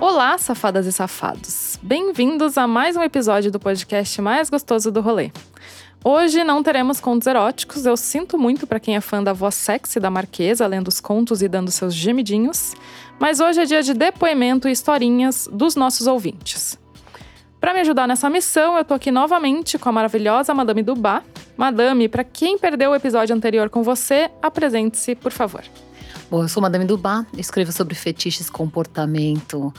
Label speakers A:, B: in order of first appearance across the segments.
A: Olá, safadas e safados. Bem-vindos a mais um episódio do podcast mais gostoso do rolê. Hoje não teremos contos eróticos. Eu sinto muito para quem é fã da voz sexy da Marquesa, lendo os contos e dando seus gemidinhos, mas hoje é dia de depoimento e historinhas dos nossos ouvintes. Para me ajudar nessa missão, eu tô aqui novamente com a maravilhosa Madame Dubá. Madame, para quem perdeu o episódio anterior com você, apresente-se, por favor.
B: Bom, eu sou Madame Dubá, escrevo sobre fetiches, comportamento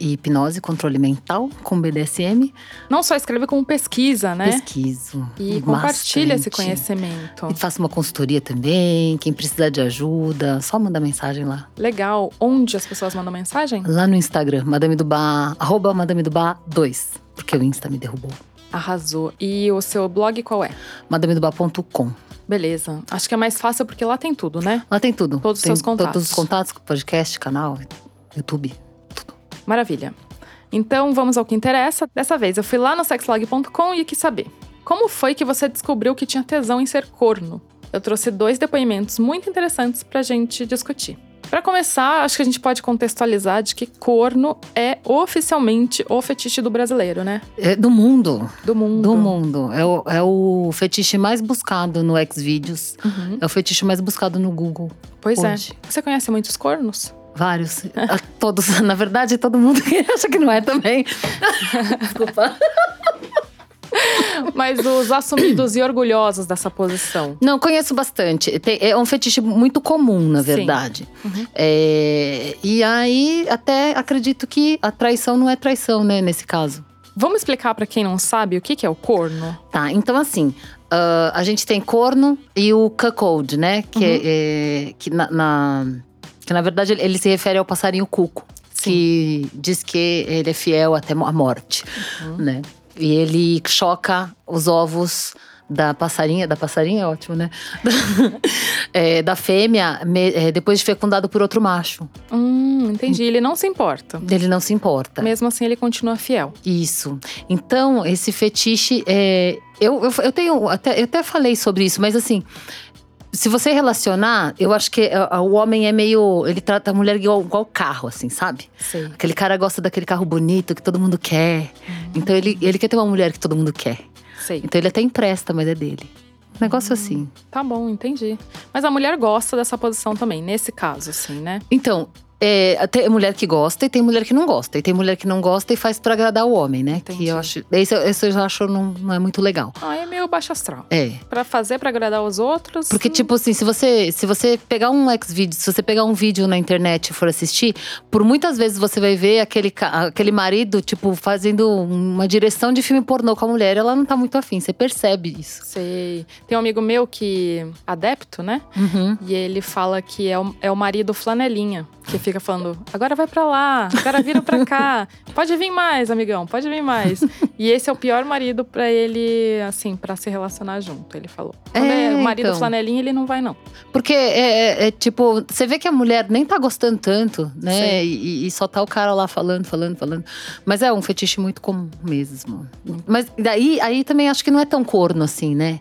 B: e hipnose, controle mental com BDSM.
A: Não só escreve como pesquisa, né?
B: Pesquiso.
A: E compartilha esse
B: bastante.
A: conhecimento.
B: E faço uma consultoria também. Quem precisar de ajuda, só manda mensagem lá.
A: Legal. Onde as pessoas mandam mensagem?
B: Lá no Instagram, Madame Dubá, arroba Madame Dubá 2. Porque o Insta me derrubou.
A: Arrasou. E o seu blog qual é?
B: MadameDubá.com.
A: Beleza. Acho que é mais fácil porque lá tem tudo, né?
B: Lá tem tudo.
A: Todos os
B: tem
A: seus contatos.
B: Todos os contatos, podcast, canal, YouTube.
A: Maravilha. Então vamos ao que interessa. Dessa vez eu fui lá no sexlog.com e quis saber. Como foi que você descobriu que tinha tesão em ser corno? Eu trouxe dois depoimentos muito interessantes pra gente discutir. Pra começar, acho que a gente pode contextualizar de que corno é oficialmente o fetiche do brasileiro, né?
B: É do mundo.
A: Do mundo.
B: Do mundo. É o, é o fetiche mais buscado no Xvideos.
A: Uhum.
B: É o fetiche mais buscado no Google.
A: Pois
B: Hoje.
A: é. Você conhece muitos cornos?
B: Vários. A Todos, na verdade, todo mundo que acha que não é também. Desculpa.
A: Mas os assumidos e orgulhosos dessa posição.
B: Não, conheço bastante. Tem- é um fetiche muito comum, na
A: Sim.
B: verdade.
A: Uhum.
B: É, e aí, até acredito que a traição não é traição, né, nesse caso.
A: Vamos explicar pra quem não sabe o que, que é o corno?
B: Tá, então assim, ah, a gente tem corno e o cuckold, né? Que, é- é- que, na, na- que na verdade ele- ele se refere ao passarinho cuco. Que diz que ele é fiel até mo- a morte, né? E ele choca os ovos da passarinha, da passarinha é ótimo, né? É, da fêmea, me- é, depois de fecundado por outro macho.
A: Hum, entendi. Ele não se importa.
B: Ele não se importa.
A: Mesmo assim, ele continua fiel.
B: Isso. Então, esse fetiche é. Eu, eu, eu tenho. Até, eu até falei sobre isso, mas assim. Se você relacionar, eu acho que é, o homem é meio. Ele trata a mulher igual, igual carro, assim, sabe?
A: Sei.
B: Aquele cara gosta daquele carro bonito que todo mundo quer. Então ele, ele quer ter uma mulher que todo mundo quer.
A: Sei.
B: Então ele até empresta, mas é dele. Negócio assim.
A: Tá bom, entendi. Mas a mulher gosta dessa posição também, nesse caso, assim, né?
B: Então, é, tem mulher que gosta e tem mulher que não gosta. E tem mulher que não gosta e faz pra agradar o homem, né?
A: Entendi.
B: Que eu acho. Esse, eu- esse eu já acho não, não é muito legal.
A: Ah, é meio baixo astral.
B: É.
A: Pra fazer, pra agradar os outros. hum,
B: Porque, tipo assim, se você, se você pegar um ex-vídeo, se você pegar um vídeo na internet e for assistir, por muitas vezes você vai ver aquele, ca- aquele marido, tipo, fazendo uma direção de filme pornô com a mulher, ela não tá muito afim, você percebe isso.
A: Sei. Tem um amigo meu que. adepto, né? E ele fala que é o, é o marido flanelinha, que fica falando: agora vai pra lá, agora vira pra cá, pode vir mais, amigão, pode vir mais. e esse é o pior marido pra ele, assim, pra se relacionar junto, ele falou. Quando
B: É,
A: é, o marido
B: então.
A: flanelinha, ele não vai, não.
B: Porque é, é- é, tipo, você vê que a mulher nem tá gostando tanto, né? E, e só tá o cara lá falando, falando, falando. Mas é um fetiche muito comum mesmo. Mas daí aí também acho que não é tão corno assim, né?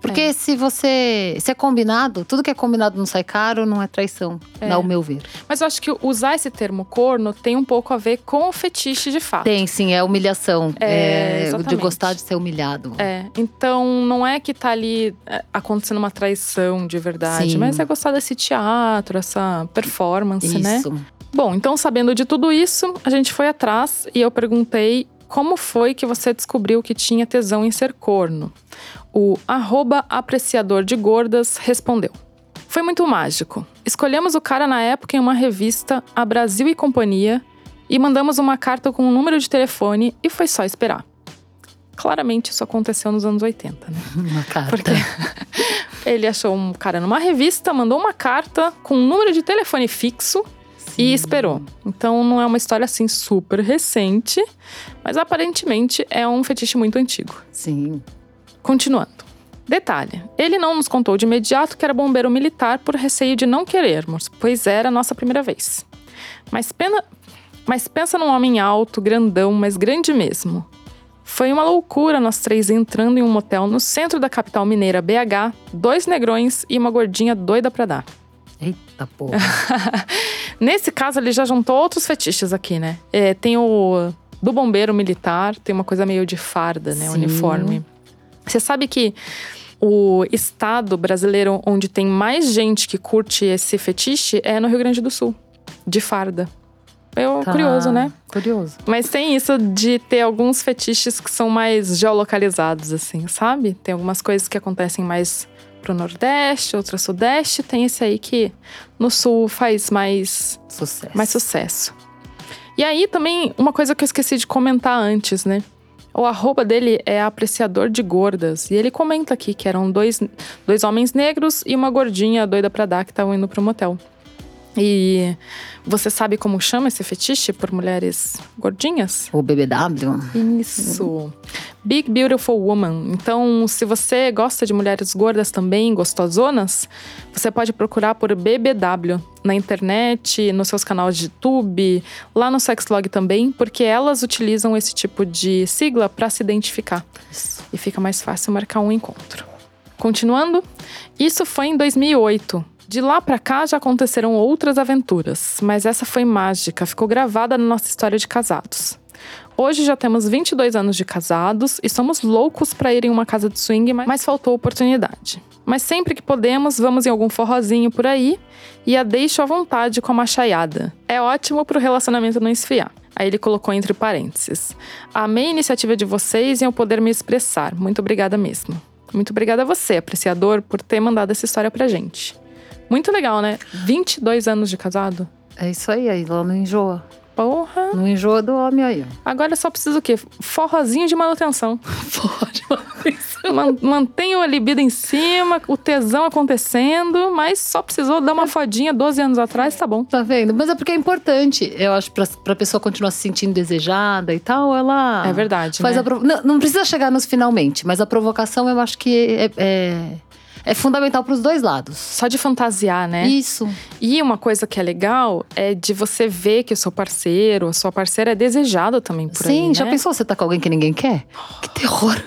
B: Porque
A: É.
B: se você. Se é combinado, tudo que é combinado não sai caro, não é traição,
A: É.
B: ao meu ver.
A: Mas eu acho que usar esse termo corno tem um pouco a ver com o fetiche de fato.
B: Tem, sim, é humilhação.
A: É,
B: É, de
A: exatamente.
B: gostar de ser humilhado.
A: É, então não é que tá ali é, acontecendo uma traição de verdade,
B: Sim.
A: mas é gostar desse teatro, essa performance, né?
B: Isso.
A: Bom, então sabendo de tudo isso, a gente foi atrás e eu perguntei como foi que você descobriu que tinha tesão em ser corno. O arroba apreciador de gordas respondeu. Foi muito mágico. Escolhemos o cara na época em uma revista, a Brasil e Companhia, e mandamos uma carta com o número de telefone e foi só esperar. Claramente isso aconteceu nos anos 80, né?
B: Uma carta.
A: Porque ele achou um cara numa revista, mandou uma carta com um número de telefone fixo e esperou. Então não é uma história assim super recente, mas aparentemente é um fetiche muito antigo.
B: Sim.
A: Continuando. Detalhe, ele não nos contou de imediato que era bombeiro militar por receio de não querermos, pois era a nossa primeira vez. Mas, pena- mas pensa num homem alto, grandão, mas grande mesmo. Foi uma loucura nós três entrando em um motel no centro da capital mineira BH, dois negrões e uma gordinha doida pra dar.
B: Eita porra.
A: Nesse caso, ele já juntou outros fetiches aqui, né? É, tem o do bombeiro militar, tem uma coisa meio de farda, né?
B: Sim.
A: Uniforme. Você sabe que o estado brasileiro onde tem mais gente que curte esse fetiche é no Rio Grande do Sul, de farda. Eu,
B: Tá.
A: curioso, né?
B: Curioso.
A: Mas tem isso de ter alguns fetiches que são mais geolocalizados, assim, sabe? Tem algumas coisas que acontecem mais pro Nordeste, outras Sudeste. Tem esse aí que no Sul faz mais,
B: Sucesso.
A: mais sucesso. E aí também, uma coisa que eu esqueci de comentar antes, né? O arroba dele é apreciador de gordas. E ele comenta aqui que eram dois, dois homens negros e uma gordinha doida pra dar que estavam indo pro motel. E você sabe como chama esse fetiche por mulheres gordinhas?
B: O BBW?
A: Isso. Big Beautiful Woman. Então, se você gosta de mulheres gordas também, gostosonas, você pode procurar por BBW na internet, nos seus canais de YouTube, lá no Sexlog também, porque elas utilizam esse tipo de sigla para se identificar
B: Isso.
A: e fica mais fácil marcar um encontro. Continuando, isso foi em 2008. De lá pra cá já aconteceram outras aventuras, mas essa foi mágica, ficou gravada na nossa história de casados. Hoje já temos 22 anos de casados e somos loucos pra ir em uma casa de swing, mas- mas faltou oportunidade. Mas sempre que podemos, vamos em algum forrozinho por aí e a deixo à vontade com a machaiada. É ótimo pro relacionamento não esfriar. Aí ele colocou entre parênteses. Amei a iniciativa de vocês e eu poder me expressar. Muito obrigada mesmo. Muito obrigada a você, apreciador, por ter mandado essa história pra gente. Muito legal, né? 22 anos de casado?
B: É isso aí, aí lá não enjoa.
A: Porra!
B: Não enjoa do homem aí, ó.
A: Agora eu só preciso o quê? Forrozinho de manutenção. Forro de manutenção. mantenha a libido em cima, o tesão acontecendo, mas só precisou dar
B: É.
A: uma fodinha 12 anos atrás, tá bom.
B: Tá vendo? Mas é porque é importante, eu acho, pra, pra pessoa continuar se sentindo desejada e tal, ela.
A: é verdade,
B: Ah, Faz
A: né?
B: a provo- não, não precisa chegar nos finalmente, mas a provocação eu acho que é, é, é fundamental pros dois lados.
A: Só de fantasiar, né?
B: Isso.
A: E uma coisa que é legal é de você ver que o seu parceiro, a sua parceira é desejada também por aí,
B: Sim, já
A: né?
B: pensou você tá com alguém que ninguém quer? Que terror.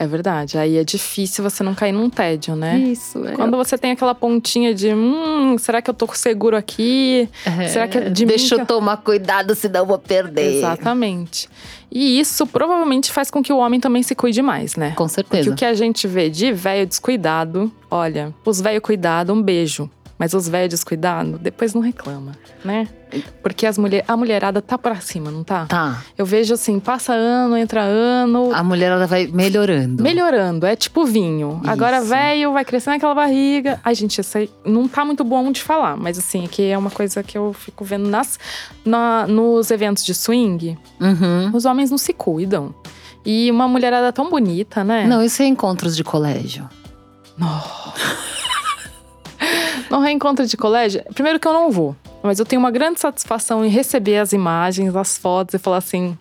A: É verdade. Aí é difícil você não cair num tédio, né?
B: Isso, é.
A: Quando você tem aquela pontinha de, hum, será que eu tô seguro aqui?
B: É,
A: será que é de mim
B: Deixa
A: que
B: eu tomar cuidado, senão eu vou perder.
A: Exatamente. E isso provavelmente faz com que o homem também se cuide mais, né?
B: Com
A: Porque
B: certeza.
A: o que a gente vê de velho descuidado, olha, os velho cuidado, um beijo. Mas os velhos descuidado, depois não reclama, né? Porque as mulher, a mulherada tá pra cima, não tá?
B: Tá.
A: Eu vejo assim, passa ano, entra ano,
B: A mulher ela vai melhorando.
A: melhorando. É tipo vinho.
B: Isso.
A: Agora velho, vai crescendo aquela barriga. Ai, gente, isso aí não tá muito bom de falar, mas assim, aqui é uma coisa que eu fico vendo nas, na- nos eventos de swing.
B: Uhum.
A: Os homens não se cuidam. E uma mulherada tão bonita, né?
B: Não, isso é encontros de colégio.
A: No reencontro de colégio, primeiro que eu não vou, mas eu tenho uma grande satisfação em receber as imagens, as fotos e falar assim: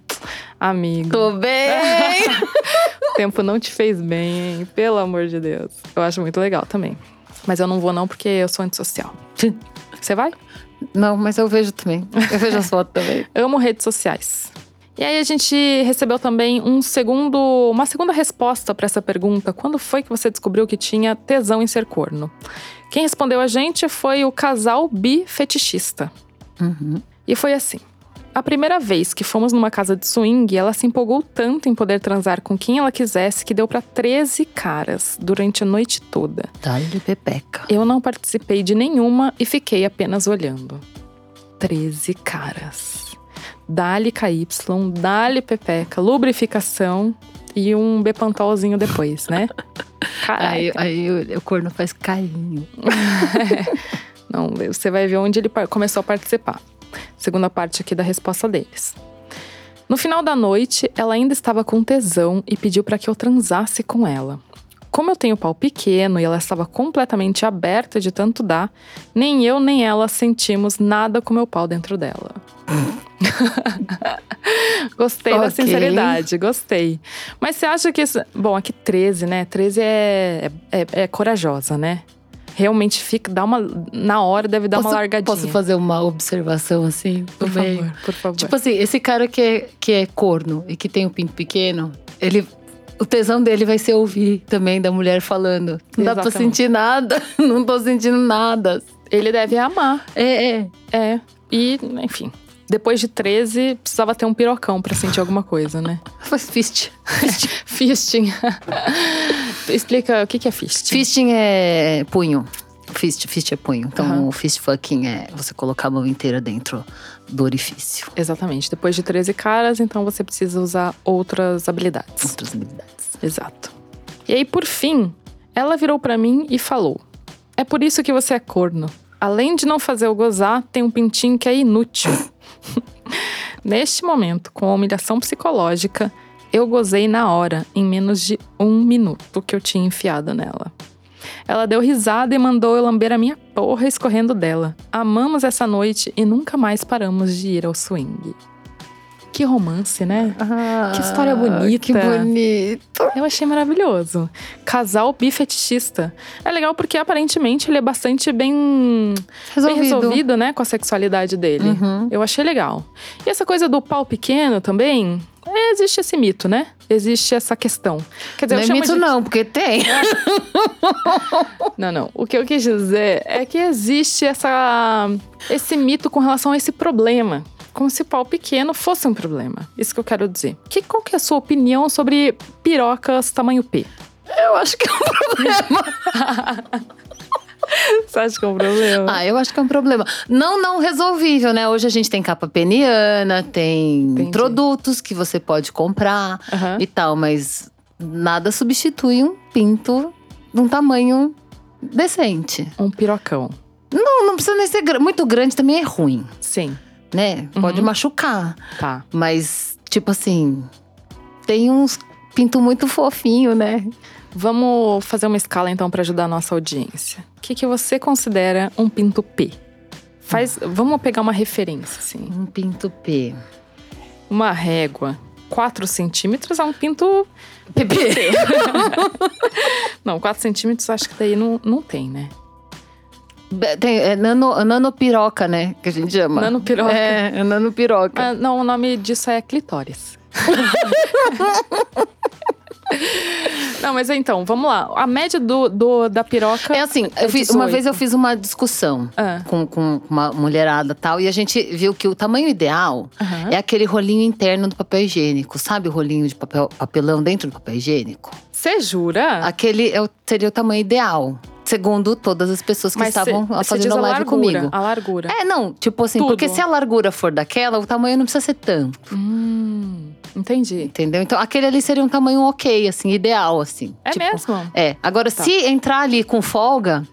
A: amigo.
B: Tô bem!
A: O tempo não te fez bem, hein? Pelo amor de Deus. Eu acho muito legal também. Mas eu não vou, não, porque eu sou antissocial. Você vai?
B: Não, mas eu vejo também. Eu vejo as fotos também.
A: Amo redes sociais. E aí a gente recebeu também um segundo, uma segunda resposta para essa pergunta. Quando foi que você descobriu que tinha tesão em ser corno? Quem respondeu a gente foi o casal bifetichista.
B: Uhum.
A: E foi assim. A primeira vez que fomos numa casa de swing, ela se empolgou tanto em poder transar com quem ela quisesse que deu para 13 caras durante a noite toda.
B: Dá-lhe pepeca.
A: Eu não participei de nenhuma e fiquei apenas olhando. 13 caras. Dali KY, dali Pepeca, lubrificação e um Bepantolzinho depois, né? Caraca.
B: Aí, aí o, o corno faz carinho.
A: Não, você vai ver onde ele par- começou a participar. Segunda parte aqui da resposta deles. No final da noite, ela ainda estava com tesão e pediu para que eu transasse com ela. Como eu tenho pau pequeno e ela estava completamente aberta de tanto dar, nem eu nem ela sentimos nada com meu pau dentro dela. gostei da
B: Ok.
A: sinceridade, gostei. Mas você acha que. isso- Bom, aqui 13, né? 13 é, é, é corajosa, né? Realmente fica, dá uma. Na hora deve dar
B: posso,
A: uma largadinha.
B: Posso fazer uma observação assim?
A: por
B: também?
A: favor, por favor.
B: Tipo assim, esse cara que é, que é corno e que tem o pinto pequeno, ele. O tesão dele vai ser ouvir também da mulher falando. Não dá pra
A: Exatamente.
B: sentir nada, não tô sentindo nada.
A: Ele deve amar.
B: É, é.
A: É. E, enfim. Depois de 13, precisava ter um pirocão pra sentir alguma coisa, né?
B: Faz fist.
A: Fisting. Explica o que que é fisting.
B: Fisting é punho. Fist, fist é punho. Então,
A: Aham.
B: o fist fucking é você colocar a mão inteira dentro do orifício.
A: Exatamente. Depois de 13 caras, então você precisa usar outras habilidades.
B: Outras habilidades.
A: Exato. E aí, por fim, ela virou pra mim e falou: É por isso que você é corno. Além de não fazer eu gozar, tem um pintinho que é inútil. Neste momento, com a humilhação psicológica, eu gozei na hora, em menos de um minuto que eu tinha enfiado nela. Ela deu risada e mandou eu lamber a minha porra escorrendo dela. Amamos essa noite e nunca mais paramos de ir ao swing. Que romance, né? que história bonita.
B: Que bonito.
A: Eu achei maravilhoso. Casal bifetichista. É legal porque aparentemente ele é bastante bem
B: Resolvido.
A: bem resolvido, né, com a sexualidade dele.
B: Uhum.
A: Eu achei legal. E essa coisa do pau pequeno também, é, existe esse mito, né? Existe essa questão. Quer dizer,
B: Não
A: eu
B: é
A: chamo
B: mito,
A: de...
B: não, porque tem.
A: Não, não. O que eu quis dizer é que existe essa esse mito com relação a esse problema. Como se pau pequeno fosse um problema. Isso que eu quero dizer. Que, qual que é a sua opinião sobre pirocas tamanho P?
B: Eu acho que é um problema.
A: Você acha que é um problema?
B: Ah, eu acho que é um problema. Não, não resolvível, né? Hoje a gente tem capa peniana, tem
A: Entendi.
B: produtos que você pode comprar
A: Aham.
B: e tal, mas nada substitui um pinto de um tamanho decente.
A: Um pirocão.
B: Não, não precisa nem ser gra- muito grande, também é ruim,
A: Sim,
B: né? Pode machucar,
A: tá.
B: mas tipo assim, tem uns pinto muito fofinho, né?
A: Vamos fazer uma escala então para ajudar a nossa audiência. O que, que você considera um pinto P? Faz, vamos pegar uma referência, assim.
B: Um pinto P.
A: Uma régua, 4 centímetros é um pinto.
B: PP.
A: Não, 4 centímetros acho que daí não, não tem, né?
B: Tem, é nano, nanopiroca, né? Que a gente chama.
A: Nanopiroca.
B: É, é nanopiroca.
A: Ah, não, o nome disso é clitóris. não, mas então, vamos lá. A média do, do- da piroca.
B: É assim, eu fiz- uma vez eu fiz uma discussão
A: Ah.
B: com, com uma mulherada e tal, e a gente viu que o tamanho ideal
A: Aham.
B: é aquele rolinho interno do papel higiênico. Sabe o rolinho de papel, papelão dentro do papel higiênico?
A: Você jura?
B: Aquele é o- seria o tamanho ideal, segundo todas as pessoas que
A: cê-
B: estavam
A: cê
B: fazendo
A: diz
B: a live
A: largura,
B: comigo.
A: A largura.
B: É, não, tipo assim,
A: Tudo.
B: porque se a largura for daquela, o tamanho não precisa ser tanto,
A: Hum, entendi.
B: entendeu? Então aquele ali seria um tamanho ok, assim, ideal, assim.
A: É
B: Tipo,
A: mesmo?
B: É, agora
A: Tá.
B: se entrar ali com folga,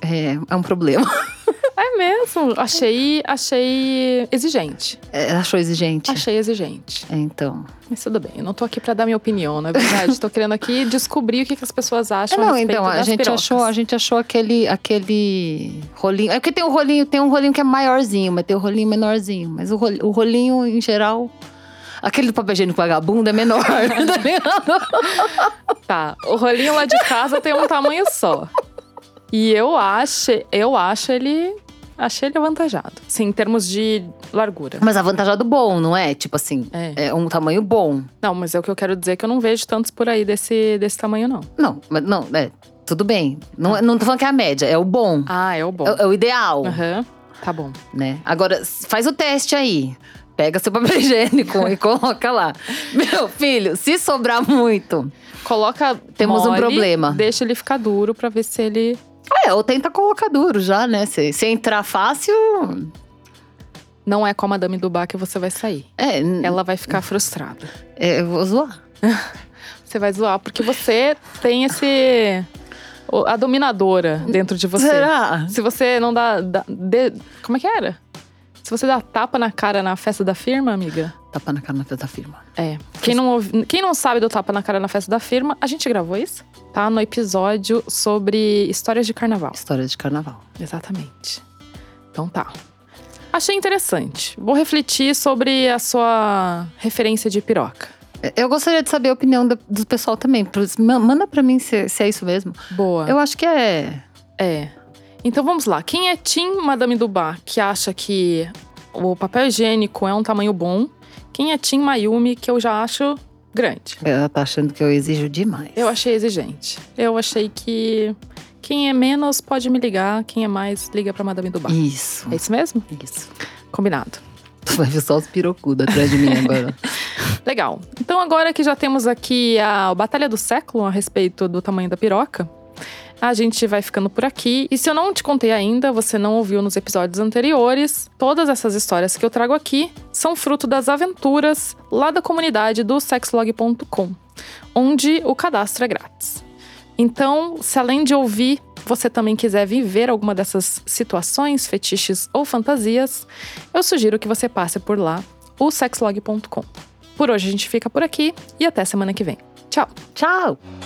B: é, é um problema.
A: É mesmo. Achei, achei exigente.
B: É, achou exigente?
A: Achei exigente.
B: É, então.
A: Mas tudo bem, eu não tô aqui pra dar minha opinião, na verdade. tô querendo aqui descobrir o que, que as pessoas acham
B: É,
A: a
B: não,
A: respeito
B: então, a
A: das
B: gente
A: pirocas.
B: achou, a gente achou aquele aquele rolinho. É porque tem um rolinho, tem um rolinho que é maiorzinho, mas tem um rolinho menorzinho, mas o rolinho, o rolinho em geral Aquele do papel higiênico vagabundo é menor, tá ligado?
A: Tá, o rolinho lá de casa tem um tamanho só. E eu acho, eu acho ele... Achei ele avantajado. Sim, em termos de largura.
B: Mas avantajado bom, não é? Tipo assim,
A: É.
B: é um tamanho bom.
A: Não, mas é o que eu quero dizer que eu não vejo tantos por aí desse, desse tamanho, não.
B: Não, mas não, é, tudo bem. Não, é- não tô falando que é a média, é o bom.
A: Ah, é o bom.
B: É, é o ideal,
A: Aham, tá bom.
B: né? Agora, s- faz o teste aí. Pega seu papel higiênico e coloca lá. Meu filho, se sobrar muito,
A: Coloca.
B: Temos um
A: mole,
B: problema.
A: Deixa ele ficar duro pra ver se ele.
B: É, ou tenta colocar duro já, né? Se, se entrar fácil,
A: Não é com a Madame do Bar que você vai sair.
B: é, n-
A: Ela vai ficar frustrada.
B: é, eu vou zoar.
A: Você vai zoar, porque você tem esse. o- A dominadora dentro de você.
B: Será?
A: Se você não dá. dá- dê- como é que era? Se você dá tapa na cara na festa da firma, amiga.
B: Tapa na cara na festa da firma.
A: É. Quem não, ouvi- quem não sabe do tapa na cara na festa da firma, a gente gravou isso, tá? No episódio sobre histórias de carnaval.
B: História de carnaval.
A: Exatamente. Então tá. Achei interessante. Vou refletir sobre a sua referência de piroca.
B: É, Eu gostaria de saber a opinião do, do pessoal também. Pros- ma- Manda pra mim se, se é isso mesmo.
A: Boa.
B: Eu acho que é.
A: É. Então vamos lá. Quem é Tim Madame Dubá, que acha que o papel higiênico é um tamanho bom? Quem é Tim Mayumi, que eu já acho grande?
B: é, Ela tá achando que eu exijo demais.
A: Eu achei exigente. Eu achei que, Quem é menos pode me ligar, quem é mais liga pra Madame Dubá.
B: Isso.
A: É isso mesmo?
B: Hum. Isso.
A: Combinado.
B: Tu vai ver só os pirocudos atrás de mim agora.
A: Legal. Então agora que já temos aqui a Batalha do Século a respeito do tamanho da piroca, a gente vai ficando por aqui. E se eu não te contei ainda, você não ouviu nos episódios anteriores, todas essas histórias que eu trago aqui são fruto das aventuras lá da comunidade do sexlog.com, onde o cadastro é grátis. Então, se além de ouvir, você também quiser viver alguma dessas situações, fetiches ou fantasias, eu sugiro que você passe por lá, o sexlog.com. Por hoje a gente fica por aqui e até semana que vem. Tchau!
B: Tchau!